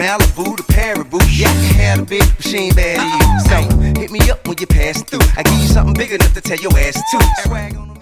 bad to you. So hit me up when you're passing through. I give you something big enough to tell your ass to.